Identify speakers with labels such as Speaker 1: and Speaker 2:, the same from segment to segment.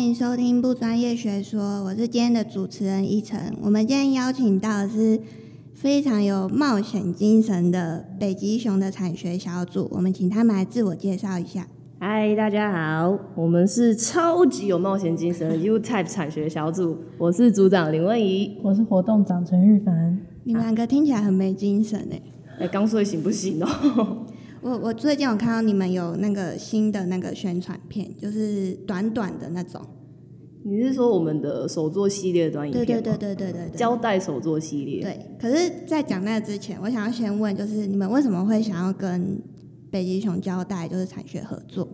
Speaker 1: 迎收听《不专业学说》，我是今天的主持人依晨。我们今天邀请到的是非常有冒险精神的北极熊的产学小组，我们请他们来自我介绍一下。
Speaker 2: 嗨，大家好，我们是超级有冒险精神的 U Type 产学小组，我是组长林问怡。
Speaker 3: 我是活动长陈玉凡。
Speaker 1: 你们两个听起来很没精神哎、
Speaker 2: 哎，刚睡醒不行哦、
Speaker 1: 我我最近有看到你们有那个新的那个宣传片，就是短短的那种。
Speaker 2: 你是说我们的手作系列的短影片
Speaker 1: 对
Speaker 2: 吗？
Speaker 1: 对对对对对对。
Speaker 2: 胶带手作系列。
Speaker 1: 对，可是，在讲那之前，我想要先问，就是你们为什么会想要跟北极熊交代，就是产学合作？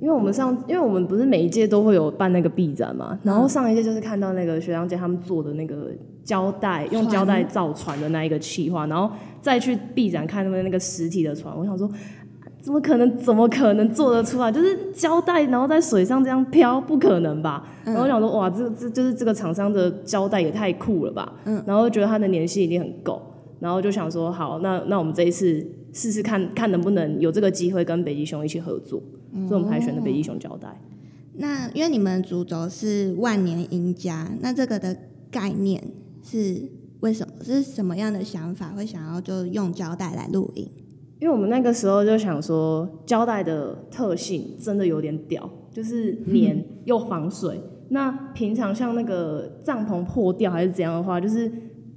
Speaker 2: 因为我们上，因为我们不是每一届都会有办那个 B 展嘛，然后上一届就是看到那个学长姐他们做的那个胶带，用胶带造船的那一个企划，然后再去 B 展看他们那个实体的船，我想说。怎么可能？怎么可能做得出来？就是胶带，然后在水上这样飘，不可能吧？然后我想说，哇，这这就是这个厂商的胶带也太酷了吧？然后觉得它的粘性一定很够，然后就想说，好，那那我们这一次试试看看能不能有这个机会跟北极熊一起合作。所以我们才选的北极熊胶带。
Speaker 1: 那因为你们主轴是万年赢家，那这个的概念是为什么？是什么样的想法会想要就用胶带来录影？
Speaker 2: 因为我们那个时候就想说，胶带的特性真的有点屌，就是黏又防水。那平常像那个帐篷破掉还是怎样的话，就是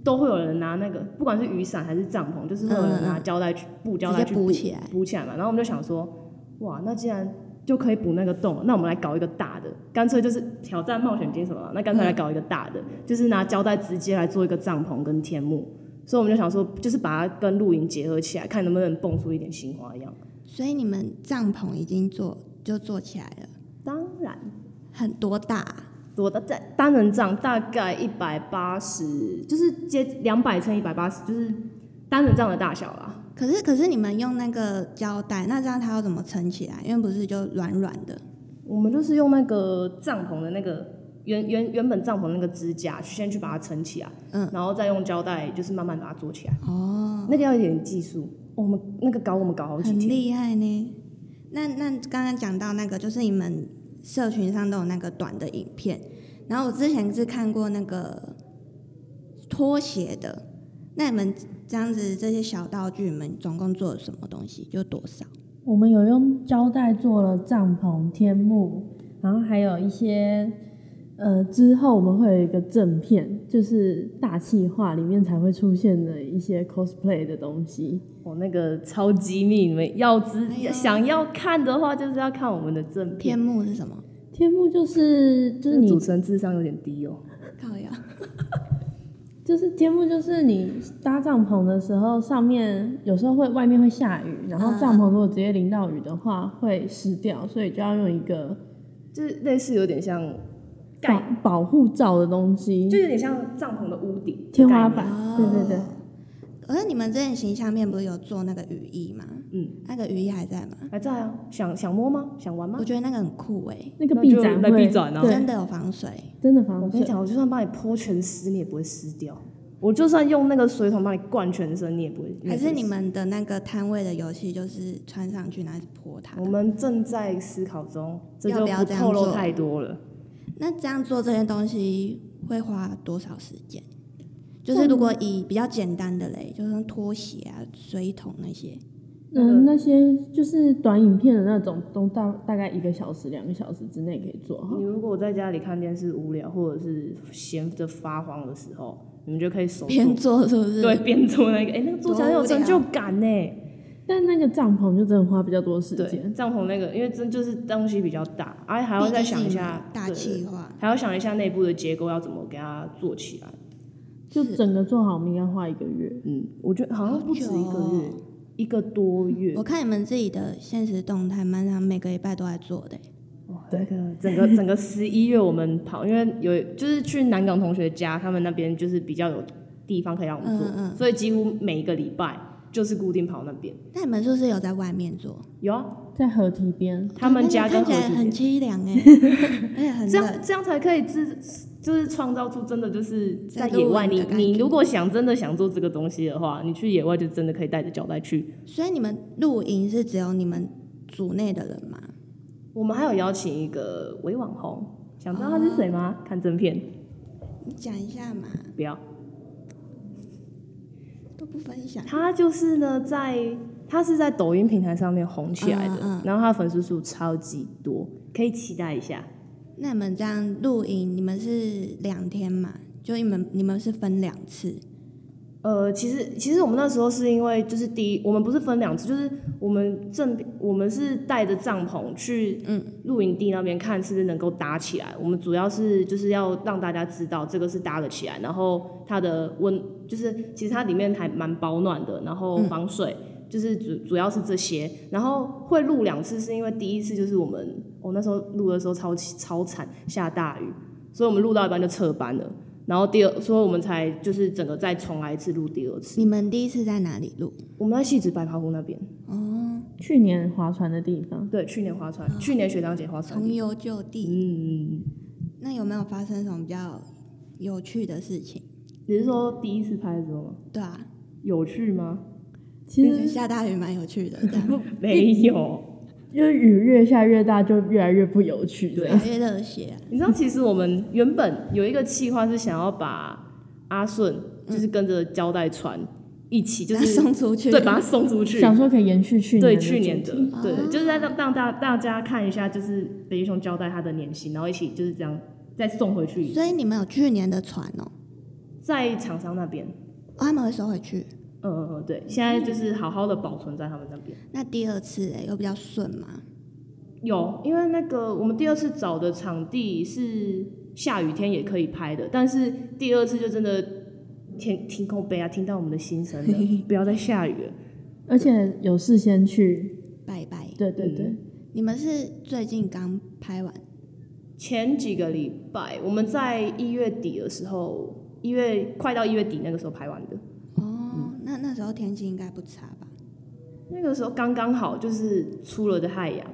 Speaker 2: 都会有人拿那个，不管是雨伞还是帐篷，就是会有人拿胶带去布胶带
Speaker 1: 直接
Speaker 2: 去
Speaker 1: 补起来
Speaker 2: 补起来嘛。然后我们就想说，哇，那既然就可以补那个洞，那我们来搞一个大的，干脆就是挑战冒险精神嘛。那干脆
Speaker 1: 嗯
Speaker 2: 来搞一个大的，就是拿胶带直接来做一个帐篷跟天幕。所以我们就想说，就是把它跟露营结合起来，看能不能蹦出一点新花样。
Speaker 1: 所以你们帐篷已经做就做起来了，
Speaker 2: 当然，
Speaker 1: 很多大啊、
Speaker 2: 我的在单人帐大概一百八十，就是接两百乘一百八十，就是单人帐的大小啦。
Speaker 1: 可是可是你们用那个胶带，那这样它要怎么撑起来？因为不是就软软的，
Speaker 2: 我们就是用那个帐篷的那个原原原本帐篷那个支架，先去把它撑起来，
Speaker 1: 嗯，
Speaker 2: 然后再用胶带就是慢慢把它做起来。哦，那个要有点技术，哦我们那个搞我们搞好几
Speaker 1: 很
Speaker 2: 天。
Speaker 1: 厉害呢。那那刚刚讲到那个，就是你们社群上都有那个短的影片，然后我之前是看过那个拖鞋的。那你们这样子这些小道具，你们总共做了什么东西？有多少？
Speaker 3: 我们有用胶带做了帐篷、天幕，然后还有一些，呃，之后我们会有一个正片，就是大气化里面才会出现的一些 cosplay 的东西。
Speaker 2: 我、哦那个超机密，你们要知、
Speaker 1: 哎呦
Speaker 2: 想要看的话，就是要看我们的正片
Speaker 1: 天。幕是什么？
Speaker 3: 天幕就是就是
Speaker 2: 主
Speaker 3: 你
Speaker 2: 持人智商有点低哦、
Speaker 1: 靠呀！
Speaker 3: 就是天幕就是你搭帐篷的时候，上面有时候会外面会下雨，然
Speaker 2: 啊
Speaker 3: 后帐篷如果直接淋到雨的话会湿掉，所以就要用一个
Speaker 2: 就是类似有点像
Speaker 3: 保
Speaker 2: 盖，
Speaker 3: 保护罩的东西，
Speaker 2: 就有点像帐篷的屋顶、
Speaker 3: 天花板
Speaker 2: 盖。
Speaker 1: 哦
Speaker 3: 对对对。
Speaker 1: 可是你们之前形象面不是有做那个雨衣吗？
Speaker 2: 嗯，
Speaker 1: 那个雨衣还在吗？
Speaker 2: 面还在啊？想想摸吗？想玩吗
Speaker 1: 我？觉得那个很酷哎、
Speaker 3: 那个
Speaker 2: 那
Speaker 3: 臂
Speaker 2: 就
Speaker 3: 展
Speaker 2: 来
Speaker 3: 会
Speaker 2: 臂展啊
Speaker 1: 真
Speaker 3: 对，
Speaker 1: 的有防水。
Speaker 3: 真的
Speaker 2: 我
Speaker 3: 防
Speaker 2: 跟你
Speaker 3: 水。
Speaker 2: 讲，我就算把你泼全湿，你也不会湿掉。我就算用那个水桶把你灌全身，你也不会。也
Speaker 1: 还
Speaker 2: 不会
Speaker 1: 是你
Speaker 2: 湿？
Speaker 1: 们的那个摊位的游戏，就是穿上去然后泼它
Speaker 2: 我。们正在思考中，这
Speaker 1: 要
Speaker 2: 就
Speaker 1: 不要这样
Speaker 2: 透露
Speaker 1: 做
Speaker 2: 太多了。
Speaker 1: 那这样做这些东西会花多少时间？就是如果以比较简单的嘞，就是拖鞋啊、水桶那些，
Speaker 3: 嗯，那些就是短影片的那种，都大大概一个小时、两个小时之内可以做好
Speaker 2: 你。如果在家里看电视无聊，或者是闲着发慌的时候，你们就可以手
Speaker 1: 边
Speaker 2: 做，
Speaker 1: 做是不是？
Speaker 2: 对，边做那个，哎、那个做起来很有成就感呢、
Speaker 3: 但那个帐篷就真的花比较多时
Speaker 2: 对，
Speaker 3: 间。
Speaker 2: 帐篷那个，因为真就是东西比较大，哎，还要
Speaker 1: 毕
Speaker 2: 再
Speaker 1: 竟
Speaker 2: 想
Speaker 1: 是
Speaker 2: 一
Speaker 1: 你
Speaker 2: 下
Speaker 1: 们大
Speaker 2: 对
Speaker 1: 气化。
Speaker 2: 还要想一下内部的结构要怎么给它做起来。
Speaker 3: 就整个做好，我们应该花一个月。
Speaker 2: 嗯，我觉得好像不止一个月，哦一个多月
Speaker 1: 我。看你们自己的现实动态，蛮常每个礼拜都在做的欸。
Speaker 2: 哇，那个呃整个整个十一月我们跑，因为有就是去南港同学家，他们那边就是比较有地方可以让我们做，
Speaker 1: 嗯
Speaker 2: 所以几乎每一个礼拜就是固定跑那边。
Speaker 1: 那你们是不是有在外面做？
Speaker 2: 有啊，
Speaker 3: 在河堤边，
Speaker 2: 他们家
Speaker 1: 看起
Speaker 2: 跟合
Speaker 1: 来
Speaker 2: 体
Speaker 1: 很凄凉哎，而且很
Speaker 2: 这样
Speaker 1: 冷。
Speaker 2: 这样才可以自就是创造出真的就是在
Speaker 1: 在
Speaker 2: 野外，
Speaker 1: 露营
Speaker 2: 你
Speaker 1: 的感
Speaker 2: 你
Speaker 1: 觉
Speaker 2: 如果想真的想做这个东西的话，你去野外就真的可以带着胶带去。
Speaker 1: 所以你们露营是只有你们组内的人吗？
Speaker 2: 我们还有邀请一个伪网红，想知道他是谁吗？看正片，
Speaker 1: 你讲一下嘛，
Speaker 2: 不要。
Speaker 1: 都不分享。
Speaker 2: 他就是呢，在他是在抖音平台上面红起来的，
Speaker 1: 嗯嗯
Speaker 2: 然后他的粉丝数超级多，可以期待一下。
Speaker 1: 那你们这样露营，你们是两天嘛？就你们你们是分两次，
Speaker 2: 呃，其实其实我们那时候是因为就是第一，我们不是分两次，就是我们正我们是带着帐篷去
Speaker 1: 嗯
Speaker 2: 露营地那边看是不是能够搭起来。我们主要是就是要让大家知道这个是搭得起来，然后它的温就是其实它里面还蛮保暖的，然后防水。
Speaker 1: 嗯
Speaker 2: 就是主主要是这些，然后会录两次，是因为第一次就是我们我、那时候录的时候超级超惨，下大雨，所以我们录到一半就撤班了。然后第二，所以我们才就是整个再重来一次录第二次。
Speaker 1: 你们第一次在哪里录？
Speaker 2: 我们在戏子白爬湖那边，
Speaker 1: 哦，
Speaker 3: 去年划船的地方，
Speaker 2: 对，去年划船，去年学长姐划船，
Speaker 1: 重游旧地。
Speaker 2: 嗯，
Speaker 1: 那有没有发生什么比较有趣的事情？
Speaker 2: 你是说第一次拍的时候吗？
Speaker 1: 对啊，
Speaker 2: 有趣吗？
Speaker 3: 其
Speaker 1: 就
Speaker 3: 实
Speaker 1: 下大雨蛮有趣的，啊这样
Speaker 2: 没有。
Speaker 3: 就是雨越下越大，就越来越不有趣。
Speaker 2: 对
Speaker 1: 越来越热血、啊。
Speaker 2: 你知道，其实我们原本有一个计划是想要把阿顺，就是跟着胶带船一起，就
Speaker 1: 把它
Speaker 2: 是
Speaker 1: 送出去，
Speaker 2: 对，把他送出去，
Speaker 3: 想说可以延续去年
Speaker 2: 对
Speaker 3: 的
Speaker 2: 去年
Speaker 3: 主
Speaker 2: 的
Speaker 3: 题，
Speaker 2: 对，就是在让让大大家看一下，就是北极熊交代他的年薪，然后一起就是这样再送回去，
Speaker 1: 所以你们有去年的船哦，
Speaker 2: 在厂商那边，
Speaker 1: 哦他们会收回去。
Speaker 2: 嗯嗯嗯，对，现在就是好好的保存在他们那边。
Speaker 1: 那第二次哎，有比较顺吗？
Speaker 2: 有，因为那个我们第二次找的场地是下雨天也可以拍的，但是第二次就真的天天空杯啊，听到我们的心声了，不要再下雨了。
Speaker 3: 而且有事先去，
Speaker 1: 拜拜。
Speaker 3: 对
Speaker 2: 嗯
Speaker 3: 对对，
Speaker 1: 你们是最近刚拍完，
Speaker 2: 前几个礼拜，我们在一月底的时候，一月快到一月底那个时候拍完的。
Speaker 1: 哦，那那时候天气应该不差吧？
Speaker 2: 那个时候刚刚好，就是出了的太阳。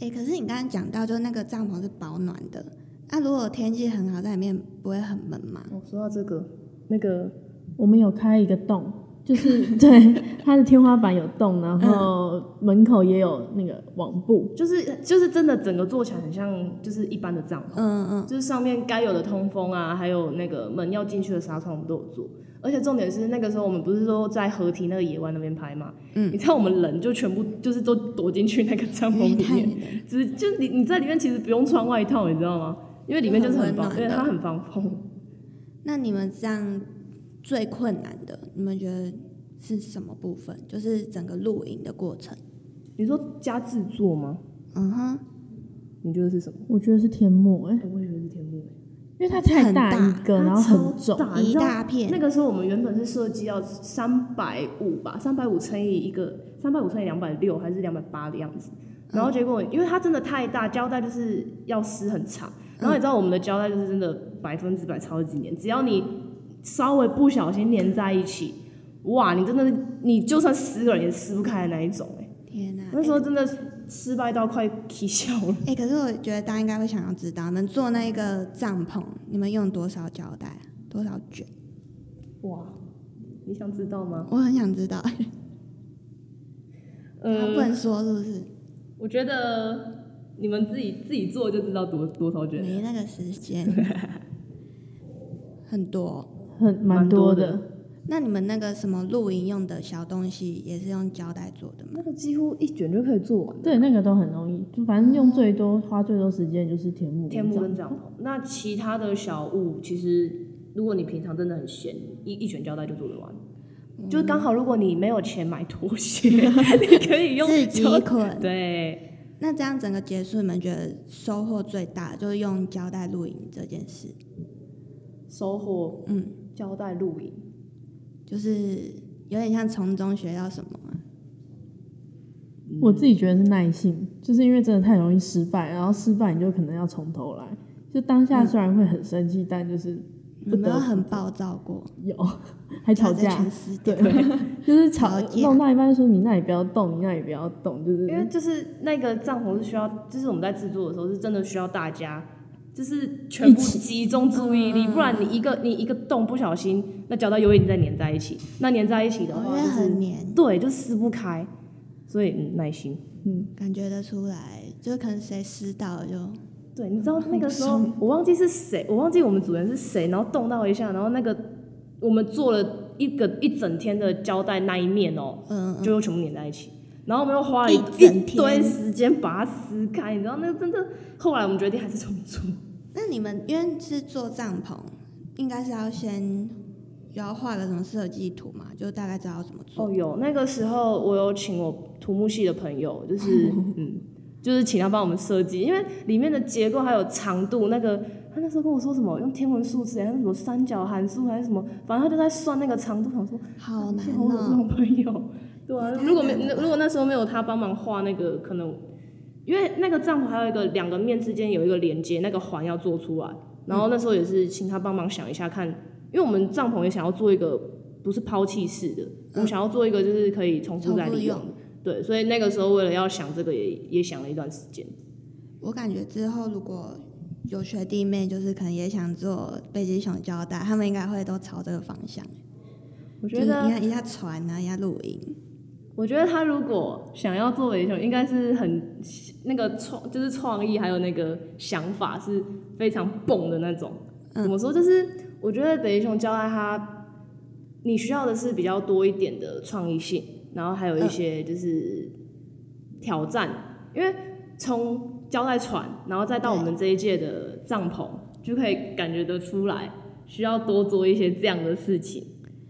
Speaker 1: 哎、可是你刚刚讲到，就是那个帐篷是保暖的，那、如果天气很好，在里面不会很闷吗？
Speaker 2: 哦，说到这个，那个
Speaker 3: 我们有开一个洞，就是 对它的天花板有洞，然
Speaker 2: 嗯
Speaker 3: 后门口也有那个网布，
Speaker 2: 就是就是真的整个做起来很像就是一般的帐篷，
Speaker 1: 嗯嗯，
Speaker 2: 就是上面该有的通风啊，还有那个门要进去的纱窗我们都有做。而且重点是那个时候我们不是说在合体那个野湾那边拍嘛，
Speaker 1: 嗯
Speaker 2: 你知道我们人就全部就是都躲进去那个帐
Speaker 1: 因
Speaker 2: 篷
Speaker 1: 为
Speaker 2: 里
Speaker 1: 哎太
Speaker 2: 面，
Speaker 1: 冷，
Speaker 2: 只就是你你在里面其实不用穿外套，你知道吗？因为里面就是很
Speaker 1: 就很
Speaker 2: 防，
Speaker 1: 温
Speaker 2: 因
Speaker 1: 暖
Speaker 2: 为
Speaker 1: 的
Speaker 2: 它很防风。
Speaker 1: 那你们这样最困难的，你们觉得是什么部分？就是整个露营的过程。
Speaker 2: 你说加制作吗？
Speaker 1: 嗯哼，
Speaker 2: 你觉得是什么？
Speaker 3: 我觉得是天幕哎、
Speaker 2: 哎我也觉得是天幕。
Speaker 3: 因为它太
Speaker 1: 很大
Speaker 3: 一个，
Speaker 2: 它
Speaker 3: 然后很
Speaker 2: 超
Speaker 3: 重，
Speaker 2: 大你
Speaker 1: 一
Speaker 2: 知道
Speaker 1: 大片，
Speaker 2: 那个时候我们原本是设计要三百五吧，三百五乘以一个，三百五乘以两百六还是两百八的样子。
Speaker 3: 嗯
Speaker 2: 然后结果，因为它真的太大，胶带就是要撕很长。然后你知道我们的胶带就是真的百分之百超级粘，只要你稍微不小心粘在一起，哇，你真的是你就算撕了也撕不开的那一种、欸。
Speaker 1: 天
Speaker 3: 嗯
Speaker 1: 哪、
Speaker 2: 那时候真的失败到快气笑了。
Speaker 1: 哎、可是我觉得大家应该会想要知道，你们做那个帐篷，你们用多少胶带啊，多少卷？
Speaker 2: 哇，你想知道吗？
Speaker 1: 我很想知道，
Speaker 2: 呃，
Speaker 1: 不能说是不是？
Speaker 2: 我觉得你们自己自己做就知道多多少卷。
Speaker 1: 没那
Speaker 3: 嗯
Speaker 1: 个时间，很多。
Speaker 3: 很蛮多
Speaker 2: 蛮
Speaker 3: 的。
Speaker 1: 那你们那个什么露营用的小东西也是用胶带做的吗？
Speaker 2: 那个几乎一卷就可以做完。
Speaker 3: 对，那个都很容易，就反正用最多、花最多时间就是天幕。
Speaker 2: 天幕跟帐篷，那其他的小物，其实如果你平常真的很闲，一一卷胶带就做得完。就刚好，如果你没有钱买拖 鞋，你可以用
Speaker 1: 自己
Speaker 2: 胶
Speaker 1: 捆
Speaker 2: 对，
Speaker 1: 那这样整个结束，你们觉得收获最大就是用胶带露营这件事，
Speaker 2: 收获
Speaker 1: 嗯，
Speaker 2: 胶带露营。
Speaker 1: 就是有点像从中学到什么啊、
Speaker 3: 我
Speaker 2: 嗯
Speaker 3: 自己觉得是耐性，就是因为真的太容易失败，然后失败你就可能要从头来。就当
Speaker 2: 嗯
Speaker 3: 下虽然会很生气，但就是
Speaker 1: 有
Speaker 3: 不
Speaker 1: 没有
Speaker 3: 得
Speaker 1: 很暴躁过？
Speaker 3: 有 还吵
Speaker 1: 把这
Speaker 3: 架
Speaker 1: 全，撕掉
Speaker 3: 对，就是吵
Speaker 1: 吵架
Speaker 3: 弄到一半说你那里不要动，你那里不要动，就是
Speaker 2: 因为就是那个帐篷是需要，就是我们在制作的时候是真的需要大家，就是全部
Speaker 3: 一起
Speaker 2: 集中注意力，不然你一个你一个洞不小心，那胶带又会再粘在一起，那粘在一起的
Speaker 1: 因
Speaker 2: 话
Speaker 1: 为
Speaker 2: 就是、
Speaker 1: 很黏，
Speaker 2: 对，就撕不开，所以、嗯、耐心。
Speaker 1: 感觉得出来，就可能谁撕到了就
Speaker 2: 对，你知道那个时候我忘记是谁，我忘记我们主人是谁，然后动到一下，然后那个我们做了一个一整天的胶带那一面哦、
Speaker 1: 嗯，
Speaker 2: 就又全部粘在一起。然后我们又花了
Speaker 1: 一整天
Speaker 2: 堆时间把它撕开，你知道那个真的，后来我们决定还是重做。
Speaker 1: 那你们因为是做帐篷，应该是要先有要画个什么设计图嘛，就大概知道怎么做。
Speaker 2: 哦，有那个时候我有请我土木系的朋友，就是嗯，就是请他帮我们设计，因为里面的结构还有长度，那个他那时候跟我说什么用天文数字，还是什么三角函数还是什么，反正他就在算那个长度，我想说
Speaker 1: 好难
Speaker 2: 幸好我有这
Speaker 1: 哦、
Speaker 2: 种朋友，对啊
Speaker 1: 太，
Speaker 2: 如果没
Speaker 1: 难了吧
Speaker 2: 如果那时候没有他帮忙画那个，可能因为那个帐篷还有一个两个面之间有一个连接，那个环要做出来，然
Speaker 1: 嗯
Speaker 2: 后那时候也是请他帮忙想一下看，因为我们帐篷也想要做一个不是抛弃式的，我们想要做一个就是可以重复
Speaker 1: 嗯重
Speaker 2: 再
Speaker 1: 复
Speaker 2: 利用，
Speaker 1: 用。
Speaker 2: 对，所以那个时候为了要想这个也也想了一段时间，
Speaker 1: 我感觉之后如果有学弟妹，就是可能也想做北极熊胶带，他们应该会都朝这个方向。
Speaker 2: 我
Speaker 1: 我
Speaker 2: 觉得
Speaker 1: 一下一下船啊，一下露营，
Speaker 2: 我觉得他如果想要做维修，应该是很那个创，就是创意还有那个想法是非常蹦的那种。
Speaker 1: 嗯
Speaker 2: 怎么说？就是我觉得北极熊交代他，你需要的是比较多一点的创意性，然后
Speaker 1: 嗯
Speaker 2: 还有一些就是挑战，因为从胶带船，然后再到我们这一届的帐篷，就可以感觉得出来，需要多做一些这样的事情，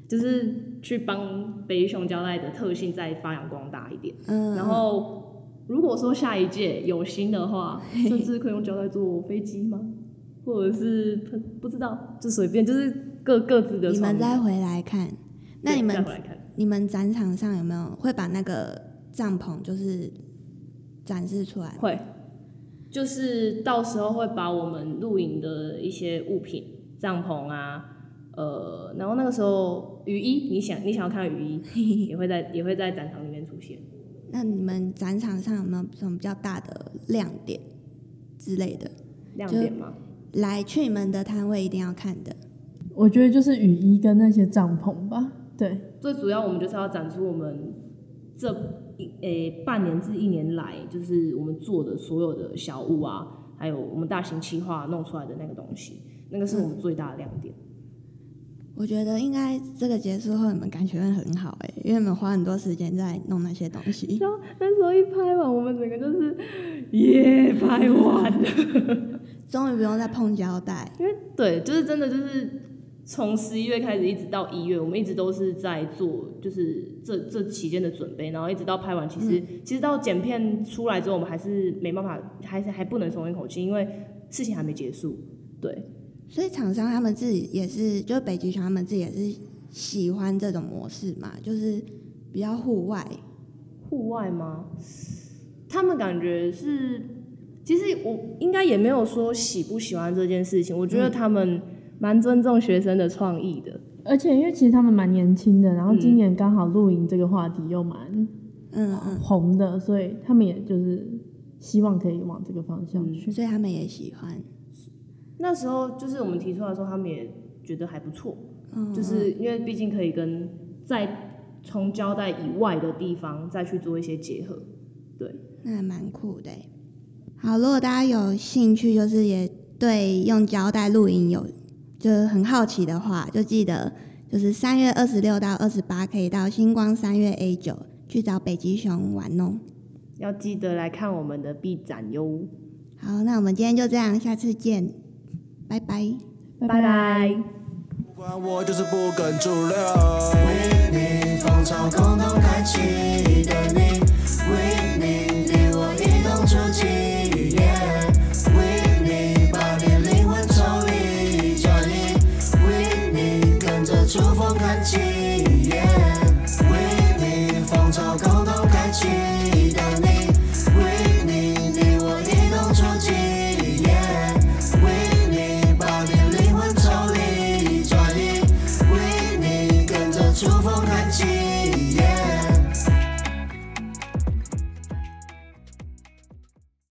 Speaker 2: 就是去帮北极熊胶带的特性再发扬光大一点。
Speaker 1: 嗯，
Speaker 2: 然后，如果说下一届有心 的话，甚至可以用胶带做飞机吗？或者是不不知道，就随便，就是各各自的
Speaker 1: 你
Speaker 2: 创
Speaker 1: 们
Speaker 2: 意。
Speaker 1: 再回来看。那
Speaker 2: 对
Speaker 1: 你
Speaker 2: 再
Speaker 1: 们
Speaker 2: 回来看，
Speaker 1: 你们展场上有没有会把那个帐篷就是展示出来？
Speaker 2: 会，就是到时候会把我们露营的一些物品，帐篷啊，呃，然后那个时候雨衣，你想你想要看的雨 衣，也会在也会在展场里面出现。
Speaker 1: 那你们展场上有没有什么比较大的亮点之类的？
Speaker 2: 亮
Speaker 1: 就
Speaker 2: 点吗？
Speaker 1: 来去你们的摊位一定要看的。
Speaker 3: 我觉得就是雨衣跟那些帐篷吧。对，
Speaker 2: 最主要我们就是要展出我们这一诶、半年至一年来，就是我们做的所有的小物啊，还有我们大型企划弄出来的那个东西，那个是
Speaker 1: 嗯
Speaker 2: 我们最大的亮点。
Speaker 1: 我觉得应该这个结束后，你们感觉会很好哎、因为你们花很多时间在弄那些东西。
Speaker 2: 那时候一拍完，我们整个就是 耶拍完了。
Speaker 1: 终于不用再碰胶带，
Speaker 2: 对，就是真的就是从十一月开始一直到一月，我们一直都是在做就是这这期间的准备，然后一直到拍完，其实、其实到剪片出来之后，我们还是没办法，还是还不能松一口气，因为事情还没结束。对，
Speaker 1: 所以厂商他们自己也是，就是北极熊他们自己也是喜欢这种模式嘛，就是比较户外。
Speaker 2: 户外吗？他们感觉是，其实我应该也没有说喜不喜欢这件事情，我觉得他们蛮尊重学生的创意的。
Speaker 3: 而且因为其实他们蛮年轻的，然后
Speaker 2: 嗯
Speaker 3: 今年刚好露营这个话题又蛮
Speaker 1: 嗯嗯，
Speaker 3: 红的，所以他们也就是希望可以往这个方
Speaker 2: 嗯
Speaker 3: 向去。
Speaker 1: 所以他们也喜欢。
Speaker 2: 那时候就是我们提出来说，他们也觉得还不错。
Speaker 1: 嗯，
Speaker 2: 就是因为毕竟可以跟在从胶带以外的地方再去做一些结合。
Speaker 1: 那还蛮酷的欸。好，如果大家有兴趣，就是也对用胶带露营有就是很好奇的话，就记得就是三月二十六到二十八可以到星光三月 A 九去找北极熊玩哦。
Speaker 2: 要记得来看我们的 B 展哟，
Speaker 1: 好，那我们今天就这样，下次见，拜拜。
Speaker 2: 拜拜。
Speaker 4: 不管我就是不肯主流。为你风潮共同开启。